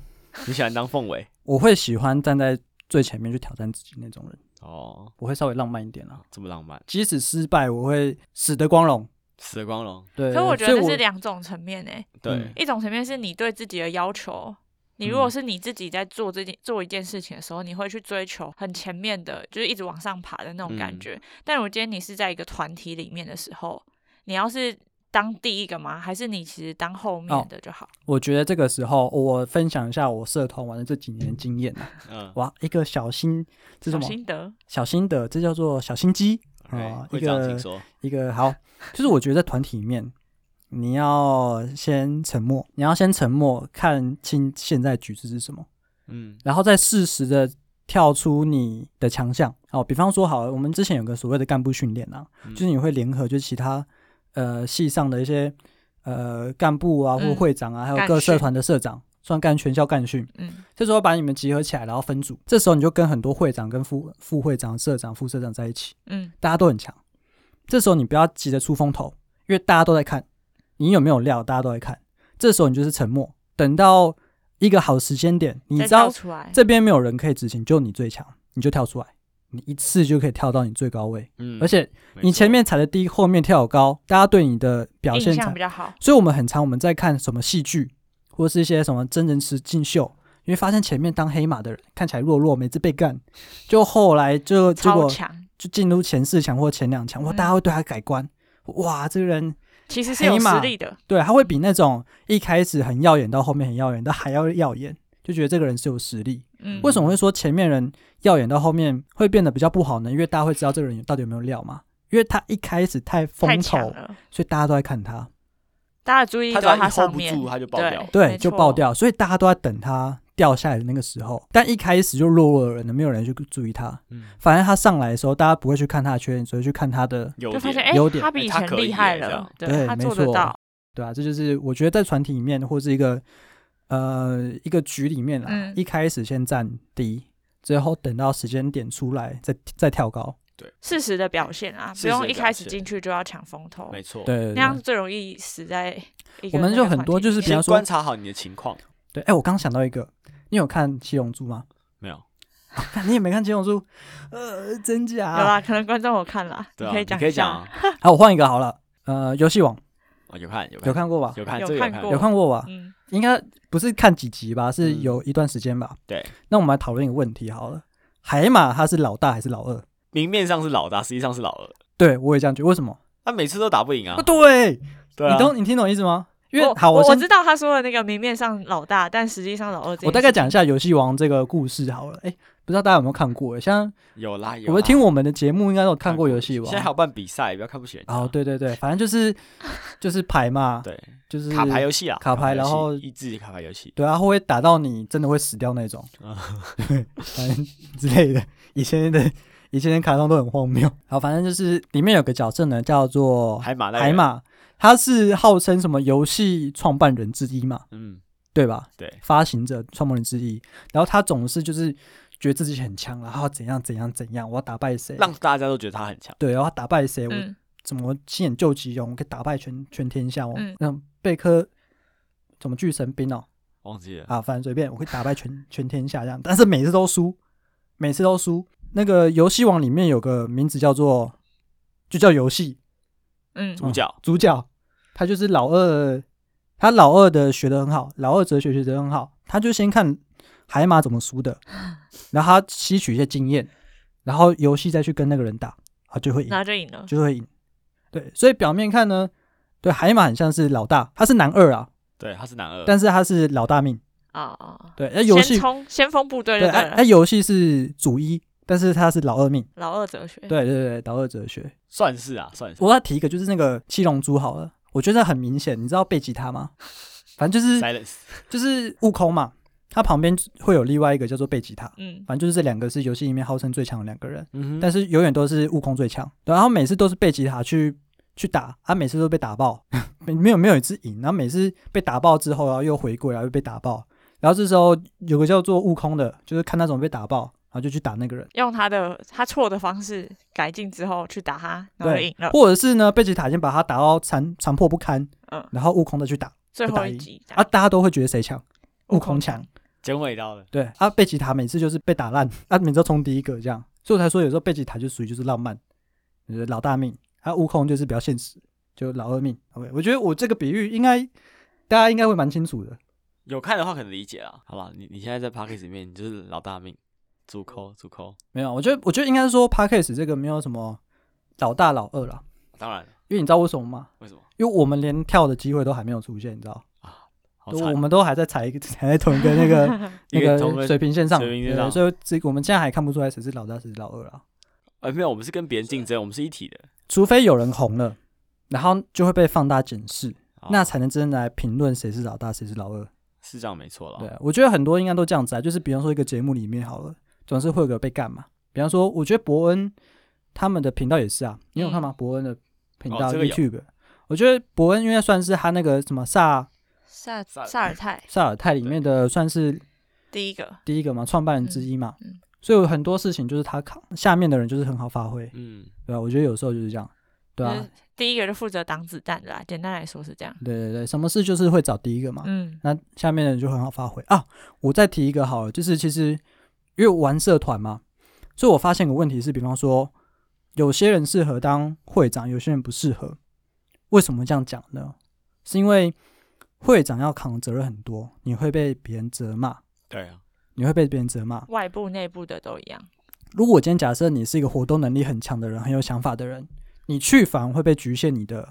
Speaker 3: 你喜欢当凤尾？
Speaker 1: 我会喜欢站在最前面去挑战自己那种人，
Speaker 3: 哦，
Speaker 1: 我会稍微浪漫一点啊。
Speaker 3: 这么浪漫，
Speaker 1: 即使失败，我会死得光荣。
Speaker 3: 死光荣。
Speaker 1: 对，
Speaker 2: 可是我觉得
Speaker 1: 所以
Speaker 2: 这是两种层面诶、欸
Speaker 3: 对，
Speaker 1: 嗯
Speaker 2: 一种层面是你对自己的要求。你如果是你自己在做这件、做一件事情的时候，你会去追求很前面的，就是一直往上爬的那种感
Speaker 3: 嗯
Speaker 2: 觉。但我今天你是在一个团体里面的时候，你要是当第一个吗？还是你其实当后
Speaker 1: 哦
Speaker 2: 面的就好？
Speaker 1: 我觉得这个时候，我分享一下我社团玩的这几年的经验啊。
Speaker 3: 嗯，
Speaker 1: 哇，一个小心，这是什
Speaker 2: 小
Speaker 1: 么？
Speaker 2: 心得
Speaker 1: 小心的，这叫做小心机啊
Speaker 3: OK，。
Speaker 1: 一
Speaker 3: 会长，请
Speaker 1: 个
Speaker 3: 说。
Speaker 1: 一个好，就是我觉得在团体里面，你要先沉默，你要先沉默，看清现在局势是什么，
Speaker 3: 嗯
Speaker 1: 然后再适时的跳出你的强项。哦，比方说，好了，我们之前有个所谓的干部训练啊，
Speaker 3: 嗯
Speaker 1: 就是你会联合就是其他呃系上的一些呃干部啊，或
Speaker 2: 嗯
Speaker 1: 会长啊，还有
Speaker 2: 干
Speaker 1: 各社
Speaker 2: 训
Speaker 1: 团的社长，算干全校干训。
Speaker 2: 嗯，
Speaker 1: 这时候把你们集合起来，然后分组。这时候你就跟很多会长、跟副副会长、社长、副社长在一起，
Speaker 2: 嗯
Speaker 1: 大家都很强。这时候你不要急着出风头，因为大家都在看你有没有料，大家都在看。这时候你就是沉默，等到一个好时间点，你
Speaker 2: 再
Speaker 1: 知道
Speaker 2: 跳出来，
Speaker 1: 这边没有人可以执行，就你最强，你就跳出来，你一次就可以跳到你最高位。
Speaker 3: 嗯
Speaker 1: 而且
Speaker 3: 没
Speaker 1: 你
Speaker 3: 错
Speaker 1: 前面踩的低，后面跳得高，大家对你的表
Speaker 2: 印
Speaker 1: 现
Speaker 2: 象
Speaker 1: 才
Speaker 2: 比较好。
Speaker 1: 所以我们很常我们在看什么戏剧，或是一些什么真人实境秀，你会发现前面当黑马的人看起来弱弱，每次被干，就后来就结
Speaker 2: 超
Speaker 1: 果
Speaker 2: 强，
Speaker 1: 就进入前四强或前两强，哇，
Speaker 2: 嗯
Speaker 1: 大家会对他改观，哇，这个人
Speaker 2: 其实是有
Speaker 1: 黑马
Speaker 2: 实力的。
Speaker 1: 对他会比那种一开始很耀眼到后面很耀眼的还要耀眼，就觉得这个人是有实力。
Speaker 2: 嗯，
Speaker 1: 为什么会说前面人耀眼到后面会变得比较不好呢？因为大家会知道这个人到底有没有料嘛，因为他一开始太
Speaker 2: 太
Speaker 1: 风头
Speaker 2: 强，了？
Speaker 1: 所以大家都在看他。
Speaker 2: 大家的注意力
Speaker 3: 他
Speaker 2: 都
Speaker 3: 只
Speaker 2: 在
Speaker 3: 要一
Speaker 2: 他
Speaker 3: hold
Speaker 2: 上
Speaker 3: 不
Speaker 2: 面，
Speaker 3: 住，他就爆
Speaker 2: 对
Speaker 3: 掉了。
Speaker 1: 对，
Speaker 2: 没
Speaker 1: 就
Speaker 2: 错
Speaker 1: 爆掉，所以大家都在等他掉下来的那个时候。但一开始就落落人了，没有人去注意他。
Speaker 3: 嗯，
Speaker 1: 反正他上来的时候，大家不会去看他的缺点，只会去看他的，
Speaker 3: 有
Speaker 2: 就发现
Speaker 3: 点
Speaker 2: 哎、
Speaker 1: 优点
Speaker 2: 他比以
Speaker 3: 哎他
Speaker 2: 前
Speaker 3: 可以
Speaker 2: 厉害
Speaker 3: 耶这
Speaker 2: 了
Speaker 3: 样，
Speaker 1: 对
Speaker 2: 他
Speaker 1: 没
Speaker 2: 做
Speaker 1: 错
Speaker 2: 得到。
Speaker 1: 对啊，这就是我觉得在团体里面或是一个呃一个局里面啦，
Speaker 2: 嗯
Speaker 1: 一开始先占第一，最后等到时间点出来再再跳高。
Speaker 2: 适时的表现啊，
Speaker 3: 适
Speaker 2: 不
Speaker 3: 时地
Speaker 2: 用一开始
Speaker 3: 表现
Speaker 2: 进去就要抢风头，
Speaker 3: 没错，
Speaker 1: 对对
Speaker 2: 那样最容易死在一个
Speaker 1: 我们
Speaker 2: 那
Speaker 1: 就
Speaker 2: 个
Speaker 1: 很
Speaker 2: 环
Speaker 1: 多
Speaker 2: 境
Speaker 1: 就是
Speaker 2: 里
Speaker 1: 比
Speaker 2: 面
Speaker 1: 方
Speaker 3: 先
Speaker 1: 说
Speaker 3: 观察好你的情况，
Speaker 1: 对，哎、我刚想到一个，你有看《七龙珠》吗？
Speaker 3: 没有？
Speaker 1: 看你也没看《七龙珠》，呃，真假
Speaker 2: 有
Speaker 1: 啊？
Speaker 2: 啦，可能观众我看啦，
Speaker 3: 对啊，
Speaker 2: 可以
Speaker 3: 你
Speaker 2: 讲
Speaker 3: 可以
Speaker 2: 一
Speaker 3: 讲
Speaker 2: 下，
Speaker 3: 啊，
Speaker 1: 好，我换一个好了，呃，游戏王
Speaker 3: 哦有看有看
Speaker 1: 有看过吧？
Speaker 3: 有看
Speaker 2: 有
Speaker 3: 这个
Speaker 2: 看
Speaker 3: 看
Speaker 2: 过
Speaker 1: 有看过吧？
Speaker 2: 嗯，
Speaker 1: 应该不是看几集吧，是
Speaker 3: 嗯
Speaker 1: 有一段时间吧。
Speaker 3: 对，
Speaker 1: 那我们来讨论一个问题好了，海马他是老大还是老二？
Speaker 3: 明面上是老啊大，实际上是老二，
Speaker 1: 对，我也这样觉得。为什么？
Speaker 3: 他每次都打不赢啊
Speaker 1: 不。对，
Speaker 3: 对啊，
Speaker 1: 你懂你听懂意思吗？因为
Speaker 2: 我
Speaker 1: 好，
Speaker 2: 我
Speaker 1: 先
Speaker 2: 知道他说的那个明面上老大，但实际上老二这件事情，
Speaker 1: 我大概讲一下游戏王这个故事好了。哎，不知道大家有没有看过？像
Speaker 3: 有啦有啦。啊
Speaker 1: 我们听我们的节目，应该都有看过游戏王
Speaker 3: 现在。还有办比赛，不要看不起人家。
Speaker 1: 哦，对对对，反正就是就是牌 嘛，
Speaker 3: 对，
Speaker 1: 就是
Speaker 3: 卡牌游戏啊，
Speaker 1: 卡牌
Speaker 3: 游戏
Speaker 1: 然后
Speaker 3: 益智卡牌游戏，
Speaker 1: 对啊，会打到你真的会死掉那种，
Speaker 3: 啊
Speaker 1: 反正之类的。以前的以前的卡通都很荒谬。 好，反正就是里面有个角色呢，叫做
Speaker 3: 海马那
Speaker 1: 海
Speaker 3: 个，
Speaker 1: 马，他是号称什么游戏创办人之一嘛，
Speaker 3: 嗯，
Speaker 1: 对吧？
Speaker 3: 对，
Speaker 1: 发行者、创办人之一。然后他总是就是觉得自己很强，然后怎样怎样怎样，我要打败谁？
Speaker 3: 让大家都觉得他很强。
Speaker 1: 对，然后打败谁？我
Speaker 2: 嗯，
Speaker 1: 怎么亲眼救急用？我可以打败全全天下哦。
Speaker 2: 嗯
Speaker 1: 那贝克怎么巨神兵哦？
Speaker 3: 忘记了，
Speaker 1: 啊，反正随便，我可以打败全 全天下这样，但是每次都输，每次都输。那个游戏王里面有个名字叫做，就叫游戏
Speaker 2: 嗯
Speaker 3: 主角
Speaker 1: 主角，他就是老二，他老二的学的很好，老二哲学学的很好，他就先看海马怎么输的，然后他吸取一些经验，然后游戏再去跟那个人打，他就会赢
Speaker 2: 然，后就赢了，
Speaker 1: 就会赢。对，所以表面看呢，对海马很像是老大，他是男二啊，
Speaker 3: 对，他是男二，
Speaker 1: 但是他是老大命。
Speaker 2: 啊啊，
Speaker 1: 对，那游戏
Speaker 2: 先冲先锋部队就
Speaker 1: 对，
Speaker 2: 对
Speaker 1: 哎、哎，
Speaker 2: 了，
Speaker 1: 游戏是主一，但是它是老二命。
Speaker 2: 老二哲学，
Speaker 1: 对对对，老二哲学。
Speaker 3: 算是啊，算是。
Speaker 1: 我要提一个，就是那个七龙珠好了，我觉得很明显。你知道贝吉塔吗？反正就是
Speaker 3: silence，
Speaker 1: 就是悟空嘛，他旁边会有另外一个叫做贝吉塔，
Speaker 2: 嗯，
Speaker 1: 反正就是这两个是游戏里面号称最强的两个人，
Speaker 3: 嗯
Speaker 1: 但
Speaker 3: 是
Speaker 1: 是永远都是悟空最强，对然后每次都是贝吉塔去去打，他、每次都被打爆， 没没有没有一次赢，然后每次被打爆之后，然后又回归，然后又被打爆，然后这时候有个叫做悟空的，就是看他怎么被打爆，然后就去打那个人，
Speaker 2: 用他的他错的方式改进之后去打他，然后就
Speaker 1: 对
Speaker 2: 赢了。
Speaker 1: 或者是呢贝吉塔先把他打到残残破不堪，
Speaker 2: 嗯，
Speaker 1: 然后悟空再去打，
Speaker 2: 最
Speaker 1: 打
Speaker 2: 后一
Speaker 1: 赢
Speaker 2: 集
Speaker 1: 啊，大家都会觉得谁强，悟空强，
Speaker 3: 剪尾刀了，
Speaker 1: 对啊，贝吉塔每次就是被打烂，啊，每次都冲第一个这样，所以我才说有时候贝吉塔就属于就是浪漫，就是老大命，啊，悟空就是比较现实，就老二命。OK，我觉得我这个比喻应该大家应该会蛮清楚的。
Speaker 3: 有看的话可能理解了。好了，你你现在在 p a c k a g e 里面，你就是老大命，主抠主抠，
Speaker 1: 没有，我觉得我觉得应该是说 p a c k a s e 这个没有什么老大老二啦，
Speaker 3: 当然了
Speaker 1: 因为你知道为什么吗？
Speaker 3: 为什么
Speaker 1: 因为我们连跳的机会都还没有出现，你知道，
Speaker 3: 好
Speaker 1: 就我
Speaker 3: 惨，
Speaker 1: 们都还在踩一 个踩在同一个那个那
Speaker 3: 一个同
Speaker 1: 个
Speaker 3: 个
Speaker 1: 水平线上，
Speaker 3: 水平线
Speaker 1: 对
Speaker 3: 上
Speaker 1: 所以这个我们现在还看不出来谁是老大谁是老二啦。
Speaker 3: 呃没有，我们是跟别人竞争，我们是一体的，
Speaker 1: 除非有人红了，然后就会被放大检视，
Speaker 3: 好
Speaker 1: 那才能真的来评论谁是老大，谁是老二。
Speaker 3: 是这样没错了。
Speaker 1: 对，啊我觉得很多应该都这样子啊，就是比方说一个节目里面好了，总是会有个被干嘛。比方说，我觉得伯恩他们的频道也是啊，你有看吗？伯恩的频道、
Speaker 3: 嗯哦这个有
Speaker 1: YouTube，我觉得伯恩因为算是他那个什么萨
Speaker 2: 萨
Speaker 3: 萨
Speaker 2: 萨尔泰
Speaker 1: 萨尔泰里面的算是
Speaker 2: 第一个，
Speaker 1: 第一个嘛，创办人之一嘛，
Speaker 2: 嗯嗯
Speaker 1: 所以有很多事情就是他扛，下面的人就是很好发挥，
Speaker 3: 嗯，
Speaker 1: 对吧、我觉得有时候就是这样，对
Speaker 2: 就
Speaker 1: 啊
Speaker 2: 是，第一个就负责挡子弹的啦。简单来说是这样。
Speaker 1: 对对对，什么事就是会找第一个嘛，
Speaker 2: 嗯
Speaker 1: 那下面的人就很好发挥啊。我再提一个好了，就是其实因为我玩社团嘛，所以我发现个问题是，比方说有些人适合当会长，有些人不适合。为什么这样讲呢？是因为会长要扛的责任很多，你会被别人责骂，
Speaker 3: 对啊，
Speaker 1: 你会被别人责骂。
Speaker 2: 外部内部的都一样。
Speaker 1: 如果我今天假设你是一个活动能力很强的人，很有想法的人，你去反而会被局限你的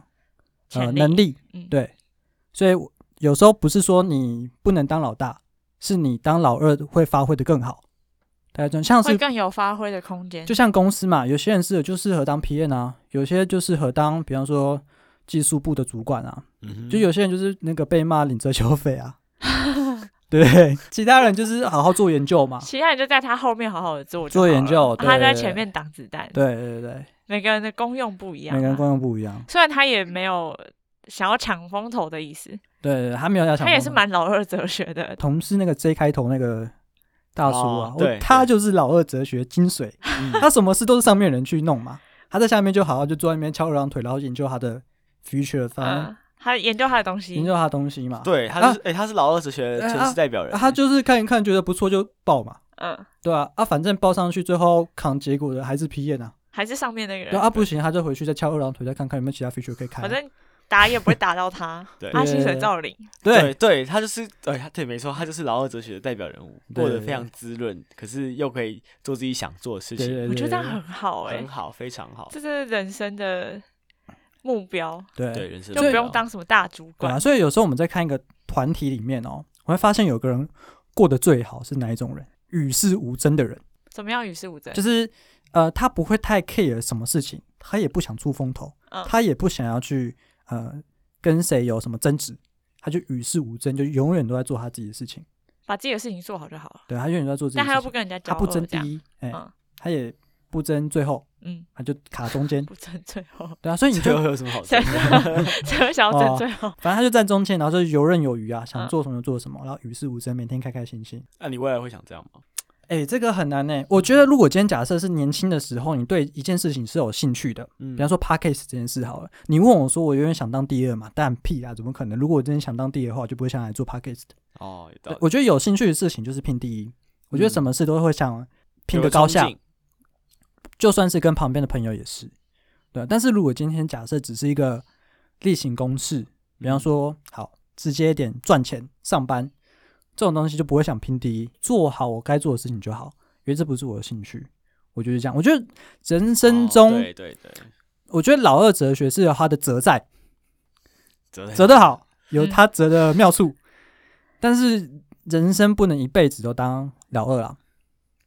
Speaker 1: 呃
Speaker 2: 潜
Speaker 1: 能力，
Speaker 2: 嗯，
Speaker 1: 对，所以我有时候不是说你不能当老大，是你当老二会发挥的更好。大家这样像
Speaker 2: 会
Speaker 1: 是
Speaker 2: 更有发挥的空间。
Speaker 1: 就像公司嘛，有些人适合就适合当 PM 啊，有些就适合当比方说技术部的主管啊，
Speaker 3: 嗯哼
Speaker 1: 就有些人就是那个被骂领遮羞费 啊，对，其他人就是好好做研究嘛，
Speaker 2: 其他人就在他后面好好的做就
Speaker 1: 做
Speaker 2: 好
Speaker 1: 研
Speaker 2: 了啊
Speaker 1: 究对
Speaker 2: 他在
Speaker 1: 对
Speaker 2: 前
Speaker 1: 对
Speaker 2: 面挡子弹。
Speaker 1: 对对对
Speaker 2: 每个人的功用不一
Speaker 1: 对，
Speaker 2: 样、
Speaker 1: 每个人
Speaker 2: 啊。
Speaker 1: 功用不一样，
Speaker 2: 虽然他也没有想要抢风头的意思，
Speaker 1: 对对，对他没有要想
Speaker 2: 他也
Speaker 1: 那
Speaker 2: 是
Speaker 1: 么
Speaker 2: 蛮老二哲学的。
Speaker 1: 同事那个 J 开头那个大叔啊，
Speaker 3: 哦
Speaker 1: 我
Speaker 3: 对
Speaker 1: 他
Speaker 3: 对
Speaker 1: 就是老二哲学精髓，
Speaker 3: 嗯
Speaker 1: 他什么事都是上面人去弄嘛，他在下面就好好就坐在那边翘二郎腿，然后研究他的 future 方案，
Speaker 2: 嗯，他研究他的东西
Speaker 1: 研，究他的东西嘛。
Speaker 3: 对，他就是哎，他是老二哲学
Speaker 1: 哎
Speaker 3: 的全
Speaker 1: 啊
Speaker 3: 市代表人
Speaker 1: 啊，他
Speaker 3: 欸，，
Speaker 1: 就是看一看觉得不错就报嘛，
Speaker 2: 嗯，
Speaker 1: 对啊，啊反正报上去最后扛结果的还是 P 验啊，
Speaker 2: 还是上面那个
Speaker 1: 对
Speaker 2: 人，
Speaker 1: 啊不行他就回去再翘二郎腿，再看看有没有其他 future 可以开啊、
Speaker 2: 反正打也不会打到他
Speaker 3: 对
Speaker 2: 他薪水照领。
Speaker 1: 对
Speaker 3: 对对，他就是对，他对，没错，他就是老二哲学的代表人物，
Speaker 1: 对
Speaker 3: 过得
Speaker 1: 对
Speaker 3: 非常滋润，可是又可以做自己想做的事
Speaker 1: 对对
Speaker 3: 情，
Speaker 1: 对，
Speaker 2: 我觉得这样
Speaker 1: 对
Speaker 2: 很好哎、
Speaker 3: 很好，非常好。
Speaker 2: 这是人生的目标，
Speaker 1: 对
Speaker 3: 对，人生
Speaker 2: 就
Speaker 3: 目
Speaker 2: 不
Speaker 3: 标
Speaker 2: 用当什么大主
Speaker 1: 对
Speaker 2: 管
Speaker 1: 啊，。所以有时候我们在看一个团体里面哦，我会发现有个人过得最好是哪一种人，与世无争的人。
Speaker 2: 怎么样与世无争
Speaker 1: 就？是呃，他不会太 care 什么事情，他也不想出风头，
Speaker 2: 嗯
Speaker 1: 他也不想要去呃跟谁有什么争执，他就与世无争，就永远都在做他自己的事情。
Speaker 2: 把自己的事情做好就好了。
Speaker 1: 对他永远都在做自己
Speaker 2: 但
Speaker 1: 的
Speaker 2: 他
Speaker 1: 事
Speaker 2: 又不
Speaker 1: 情，
Speaker 2: 跟人家交
Speaker 1: 他不
Speaker 2: 恶，
Speaker 1: 争
Speaker 2: 这
Speaker 1: 第
Speaker 2: 样，
Speaker 1: 一，哎、
Speaker 2: 嗯
Speaker 1: 他也不争最后，
Speaker 2: 嗯，。
Speaker 1: 他就卡中间
Speaker 2: 不争最后，
Speaker 1: 对啊，所以你
Speaker 3: 最
Speaker 1: 就
Speaker 3: 后有什么好
Speaker 2: 谁
Speaker 3: 说？
Speaker 2: 谁会想要争
Speaker 1: 哦
Speaker 2: 最后？
Speaker 1: 反正他就站中间，然后就游刃有余啊，想
Speaker 2: 嗯
Speaker 1: 做什么就做什么，然后与世无争，每天开开心心。
Speaker 3: 那你未来会想这样吗？
Speaker 1: 哎、这个很难呢、我觉得如果今天假设是年轻的时候，你对一件事情是有兴趣的，
Speaker 3: 嗯
Speaker 1: 比方说 podcast 这件事好了，你问我说我永远想当第二嘛？但屁啊，怎么可能？如果我真的想当第一的话，我就不会想来做 podcast。
Speaker 3: 哦，有道
Speaker 1: 对
Speaker 3: 理
Speaker 1: 呃我觉得有兴趣的事情就是拼第一，我觉得
Speaker 3: 嗯
Speaker 1: 什么事都会想拼
Speaker 3: 有
Speaker 1: 个
Speaker 3: 个
Speaker 1: 高
Speaker 3: 冲
Speaker 1: 下，
Speaker 3: 劲
Speaker 1: 就算是跟旁边的朋友也是。对，啊但是如果今天假设只是一个例行公事，比
Speaker 3: 嗯
Speaker 1: 方说好直接一点赚钱上班这种东西，就不会想拼第一，做好我该做的事情就好，因为这不是我的兴趣。我觉得这样，我觉得人生
Speaker 3: 哦
Speaker 1: 中，
Speaker 3: 对对对，
Speaker 1: 我觉得老二哲学是有它的哲在，
Speaker 3: 折
Speaker 1: 折得好，有
Speaker 2: 嗯
Speaker 1: 他折的妙处，但是人生不能一辈子都当老二啦。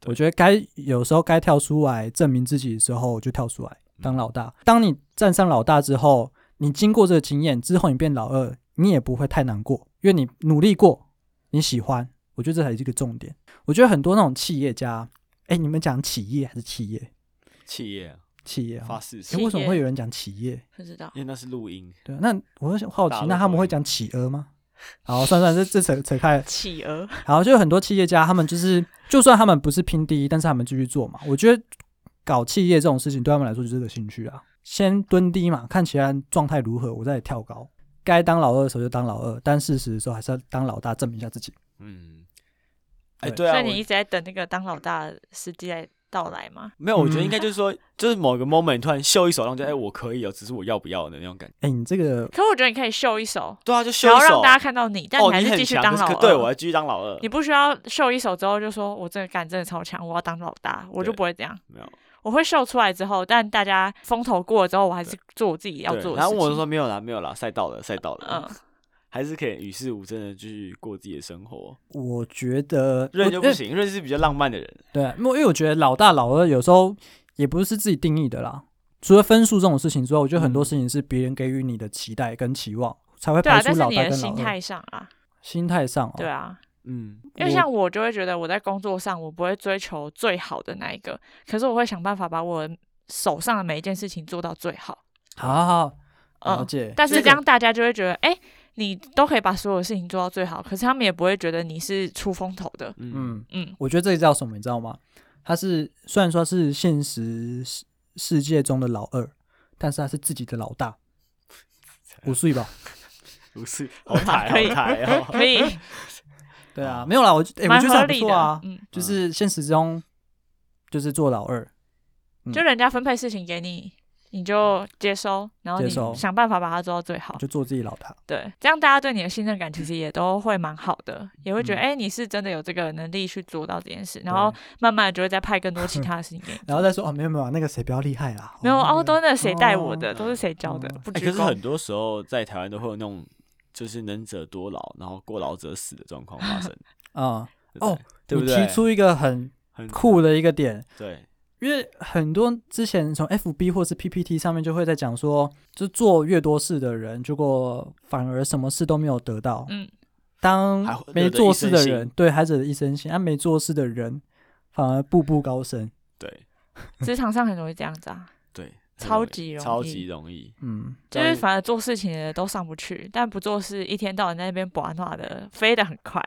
Speaker 3: 对
Speaker 1: 我觉得该有时候该跳出来证明自己的时候，就跳出
Speaker 3: 嗯
Speaker 1: 来当老大。当你站上老大之后，你经过这个经验之后，你变老二，你也不会太难过，因为你努力过，你喜欢，我觉得这才是一个重点。我觉得很多那种企业家，哎，你们讲企业还是企业？
Speaker 3: 企业啊
Speaker 1: 企业
Speaker 3: 发
Speaker 1: 啊？
Speaker 3: 誓是
Speaker 1: 哎，
Speaker 2: 企
Speaker 1: 为什么
Speaker 2: 业
Speaker 1: 会有人讲企业？
Speaker 2: 不知道
Speaker 3: 因为那是录音，
Speaker 1: 对啊，那我就好
Speaker 3: 大
Speaker 1: 奇，
Speaker 3: 陆
Speaker 1: 那他
Speaker 3: 口
Speaker 1: 们
Speaker 3: 音
Speaker 1: 会讲企鹅吗？ 好，算算，这这扯扯开了。
Speaker 2: 企鹅，
Speaker 1: 然后就有很多企业家，他们就是就算他们不是拼第一，但是他们继续做嘛。我觉得搞企业这种事情对他们来说就是个兴趣啊。先蹲低嘛，看其他人状态如何，我再跳高。该当老二的时候就当老二，但事实的时候还是要当老大，证明一下自己。
Speaker 3: 嗯，哎，
Speaker 1: 对
Speaker 3: 对啊，
Speaker 2: 所以
Speaker 3: 我
Speaker 2: 你一直在等那个当老大的时机来到来吗？
Speaker 3: 没有，我觉得
Speaker 1: 嗯
Speaker 3: 应该就是说，就是某个 moment 突然秀一手，然后就哎、我可以哦，只是我要不要的那种感觉。
Speaker 1: 哎，你这个
Speaker 2: 可我觉得你可以秀一手，
Speaker 3: 对啊，就
Speaker 2: 不
Speaker 3: 秀
Speaker 2: 要
Speaker 3: 一
Speaker 2: 让
Speaker 3: 手。
Speaker 2: 大家看到你，但
Speaker 3: 哦，
Speaker 2: 还
Speaker 3: 你
Speaker 2: 是
Speaker 3: 很
Speaker 2: 继续
Speaker 3: 强，
Speaker 2: 当
Speaker 3: 可
Speaker 2: 老
Speaker 3: 是
Speaker 2: 二。
Speaker 3: 对我要继续当老二
Speaker 2: 你。不需要秀一手之后就说我真的干，真的超强，我要当老大，我就
Speaker 3: 对
Speaker 2: 不会这样。
Speaker 3: 没有，
Speaker 2: 我会秀出来之后，但大家风头过了之后，我还是做我自己要
Speaker 3: 对
Speaker 2: 做的
Speaker 3: 然
Speaker 2: 事
Speaker 3: 后
Speaker 2: 情。
Speaker 3: 我就说没有啦，没有啦，赛到了，赛到了，
Speaker 2: 嗯，
Speaker 3: 还是可以与世无争的继续过自己的生活。
Speaker 1: 我觉得
Speaker 3: 润就不，
Speaker 1: 我
Speaker 3: 行，润是比较浪漫的人。
Speaker 1: 对，因为因为我觉得老大老二有时候也不是自己定义的啦。除了分数这种事情之外，我觉得很多事情是别人给予你的期待跟期望，才会
Speaker 2: 对啊
Speaker 1: 排，出
Speaker 2: 但是
Speaker 1: 老
Speaker 2: 你
Speaker 1: 大
Speaker 2: 的
Speaker 1: 跟老
Speaker 2: 心
Speaker 1: 二。
Speaker 2: 态上啊，
Speaker 1: 心态上哦，
Speaker 2: 对啊，
Speaker 3: 嗯，
Speaker 2: 因为像我就会觉得我在工作上我不会追求最好的那一个，可是我会想办法把我手上的每一件事情做到最好。
Speaker 1: 好好好了
Speaker 2: 嗯，
Speaker 1: 解。
Speaker 2: 但是
Speaker 1: 这
Speaker 2: 这
Speaker 1: 个
Speaker 2: 样大家就会觉得，哎、你都可以把所有事情做到最好，可是他们也不会觉得你是出风头的。
Speaker 3: 嗯，
Speaker 1: 嗯，
Speaker 2: 嗯，
Speaker 1: 我觉得这个叫什么，你知道吗？他是虽然说是现实世世界中的老二，但是他是自己的老大。五岁吧？
Speaker 3: 不是，好台，
Speaker 2: 可以
Speaker 3: 好台 哦。
Speaker 2: 可以，
Speaker 1: 对啊，没有啦，我哎、我
Speaker 2: 蛮
Speaker 1: 觉得这
Speaker 2: 合
Speaker 1: 样不
Speaker 2: 理
Speaker 1: 错
Speaker 2: 的。
Speaker 1: 啊，
Speaker 2: 嗯，
Speaker 1: 就是现实中就是做老二，
Speaker 2: 就人家分配事情给你，你就接收，然后
Speaker 1: 接
Speaker 2: 你
Speaker 1: 收
Speaker 2: 想办法把它做到最好。
Speaker 1: 就做自己老大。
Speaker 2: 对，这样大家对你的信任感其实也都会蛮好的，也会觉得
Speaker 1: 嗯
Speaker 2: 哎、诶你是真的有这个能力去做到这件事，
Speaker 1: 对。
Speaker 2: 然后慢慢地就会再派更多其他的事情给 你
Speaker 1: 然后再说哦，没有没有，那个谁比较厉害啦？
Speaker 2: 没有
Speaker 1: 那
Speaker 2: 哦，
Speaker 1: 个
Speaker 2: 都那谁带我的，
Speaker 1: 哦
Speaker 2: 都是谁教的，不
Speaker 3: 哎，
Speaker 2: 鞠
Speaker 3: 可是
Speaker 2: 躬。
Speaker 3: 很多时候在台湾都会有那种就是能者多劳，然后过劳者死的状况发生，
Speaker 1: 啊、
Speaker 3: 对不对
Speaker 1: 哦，
Speaker 3: 对不
Speaker 1: 你
Speaker 3: 对？
Speaker 1: 提出一个很
Speaker 3: 很
Speaker 1: 酷的一个点，
Speaker 3: 对，
Speaker 1: 因为很多之前从 FB 或是 PPT 上面就会在讲说，就做越多事的人，结果反而什么事都没有得到。
Speaker 2: 嗯，
Speaker 1: 当
Speaker 3: 还会
Speaker 1: 没
Speaker 3: 惹得
Speaker 1: 做
Speaker 3: 一
Speaker 1: 事
Speaker 3: 身
Speaker 1: 的
Speaker 3: 腥
Speaker 1: 人，对，还惹得一身腥；，啊，没做事的人反而步步高升。
Speaker 3: 对，
Speaker 2: 职场上很容易这样子 啊，
Speaker 3: 对，
Speaker 2: 超
Speaker 3: 很容易
Speaker 2: 级容
Speaker 3: 超
Speaker 2: 易
Speaker 3: 级容易。
Speaker 1: 嗯，
Speaker 2: 就是反而做事情的都上不去，但不做事一天到晚在那边玩闹的，飞得很快。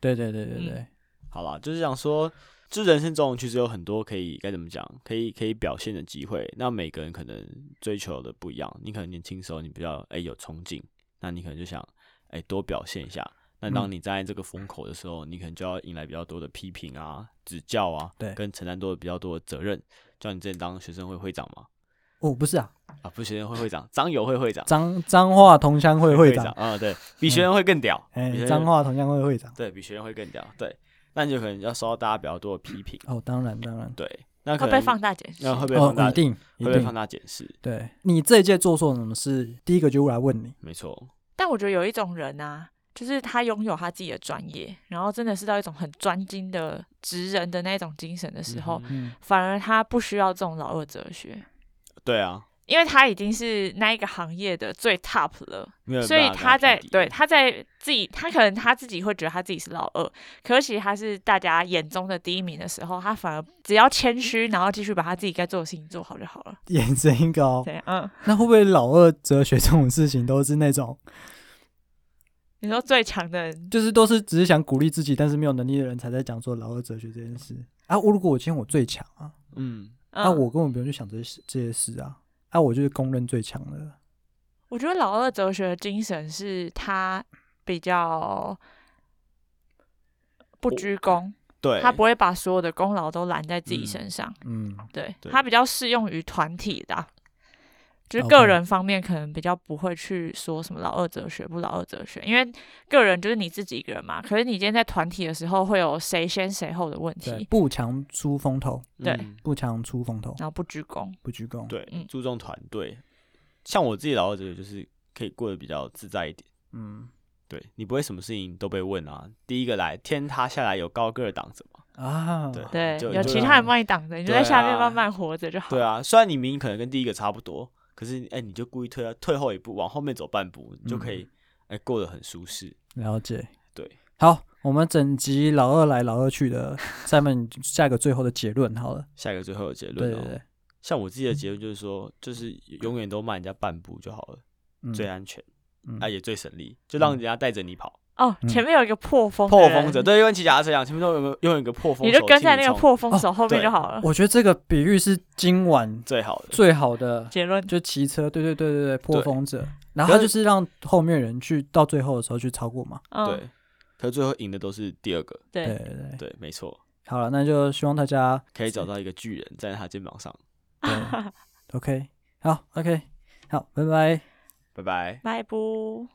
Speaker 1: 对对对对
Speaker 2: 嗯
Speaker 1: 对，
Speaker 3: 好啦，就是想说，就人生中其实有很多可以该怎么讲，可以可以表现的机会。那每个人可能追求的不一样，你可能年轻时候你比较哎、有冲劲，那你可能就想哎、多表现一下。那当
Speaker 1: 嗯
Speaker 3: 你在这个风口的时候，你可能就要迎来比较多的批评啊、指教啊，
Speaker 1: 对
Speaker 3: 跟承担多的比较多的责任。就像你之前当学生会会长嘛，
Speaker 1: 哦，不是啊，
Speaker 3: 啊，不是学生会会长，张友会会长，
Speaker 1: 彰彰化同乡会会长，
Speaker 3: 啊、对比学生会更屌，
Speaker 1: 哎
Speaker 3: 比学，生
Speaker 1: 彰化同乡会会长。
Speaker 3: 对比学生会更屌，对，那你就可能要受到大家比较多的批评。
Speaker 1: 哦，当然当然，
Speaker 3: 对，那可
Speaker 2: 会
Speaker 3: 能
Speaker 2: 被放大解释
Speaker 3: 那，会被
Speaker 1: 哦
Speaker 3: 放大，，
Speaker 1: 一定一
Speaker 3: 会被放
Speaker 1: 定。
Speaker 3: 大检视，
Speaker 1: 对你这一届做错什么事，第一个就来问你。
Speaker 3: 没错，
Speaker 2: 但我觉得有一种人啊，就是他拥有他自己的专业，然后真的是到一种很专精的职人的那种精神的时候，
Speaker 3: 嗯
Speaker 1: 嗯，
Speaker 2: 反而他不需要这种老二哲学，
Speaker 3: 对啊，
Speaker 2: 因为他已经是那一个行业的最 top 了，
Speaker 3: 没有人
Speaker 2: 所以
Speaker 3: 办法
Speaker 2: 他
Speaker 3: 跟
Speaker 2: 在
Speaker 3: 匹敌
Speaker 2: 对他在自己，他可能他自己会觉得他自己是老二，可是其实他是大家眼中的第一名的时候，他反而只要谦虚，然后继续把他自己该做的事情做好就好了。
Speaker 1: 眼神一高，
Speaker 2: 对，嗯，
Speaker 1: 那会不会老二哲学这种事情都是那种，
Speaker 2: 你说最强的 人，
Speaker 1: 就是都是只是想鼓励自己，但是没有能力的人才在讲说老二哲学这件事啊？我如果我今天我最强啊，
Speaker 3: 嗯，
Speaker 2: 嗯、
Speaker 1: 那、我根本不用去想这些事这些事啊，啊，我就是公认最强的。
Speaker 2: 我觉得老二哲学的精神是他比较不鞠躬，
Speaker 3: 对，
Speaker 2: 他不会把所有的功劳都揽在自己身上，
Speaker 1: 嗯，
Speaker 2: 对
Speaker 3: 对
Speaker 2: 他比较适用于团体的啊、就是
Speaker 1: OK
Speaker 2: 个人方面可能比较不会去说什么老二哲学不老二哲学，因为个人就是你自己一个人嘛。可是你今天在团体的时候，会有谁先谁后的问
Speaker 1: 对，
Speaker 2: 题，
Speaker 1: 不强出风头，
Speaker 3: 嗯
Speaker 2: 对
Speaker 1: 不强出风头，
Speaker 2: 然后不鞠
Speaker 3: 哦
Speaker 2: 躬，
Speaker 1: 不鞠躬。
Speaker 3: 对
Speaker 2: 嗯，
Speaker 3: 注重团队，像我自己老二这个就是可以过得比较自在一点，
Speaker 1: 嗯
Speaker 3: 对你不会什么事情都被问啊，第一个来天塌下来有高个儿挡着嘛，
Speaker 1: 啊，
Speaker 3: 对
Speaker 2: 对，
Speaker 3: 就
Speaker 2: 有
Speaker 3: 就
Speaker 2: 其他人帮你挡着，你就在
Speaker 3: 对
Speaker 2: 下面
Speaker 3: 啊
Speaker 2: 慢慢活着就好。
Speaker 3: 对，啊，虽然你明
Speaker 1: 嗯
Speaker 3: 明可能跟第一个差不多，可是哎、你就故意退退后一步，往后面走半步，你就可以哎、哎、过得很舒适。
Speaker 1: 了解。
Speaker 3: 对，
Speaker 1: 好，我们整集老二来老二去的 Simon 下一个最后的结论好了。
Speaker 3: 下一个最后的结
Speaker 1: 对
Speaker 3: 论、哦，
Speaker 1: 对对，嗯
Speaker 3: 像我自己的结论就是说，就是永远都慢人家半步就好了，
Speaker 1: 嗯
Speaker 3: 最安全，
Speaker 1: 嗯
Speaker 3: 啊也最省力，就让人家带着你跑。
Speaker 2: 哦，
Speaker 1: 嗯
Speaker 2: 前面有一个破风的
Speaker 3: 破
Speaker 2: 人，
Speaker 3: 风者对，就跟骑脚踏车一样，前面都有个用一个破风
Speaker 2: 你
Speaker 3: 手，
Speaker 2: 就跟在那个
Speaker 3: 请你冲
Speaker 2: 破风手后
Speaker 3: 对
Speaker 2: 面
Speaker 3: 哦
Speaker 2: 就好了。
Speaker 1: 我觉得这个比喻是今晚
Speaker 3: 最好的。
Speaker 1: 最好的，
Speaker 2: 结论
Speaker 1: 就骑车，对对对对对，破
Speaker 3: 对
Speaker 1: 风者，然后
Speaker 3: 可是
Speaker 1: 就是让后面人去到最后的时候去超过嘛。
Speaker 2: 嗯
Speaker 3: 对，可是最后赢的都是第二个。
Speaker 1: 对对
Speaker 2: 对，
Speaker 1: 对，对
Speaker 3: 对，没错，
Speaker 1: 好了，那就希望大家
Speaker 3: 可以找到一个巨人站在他肩膀上。
Speaker 1: 对 OK，好 OK，好，拜拜。
Speaker 3: 拜拜。
Speaker 2: 拜拜。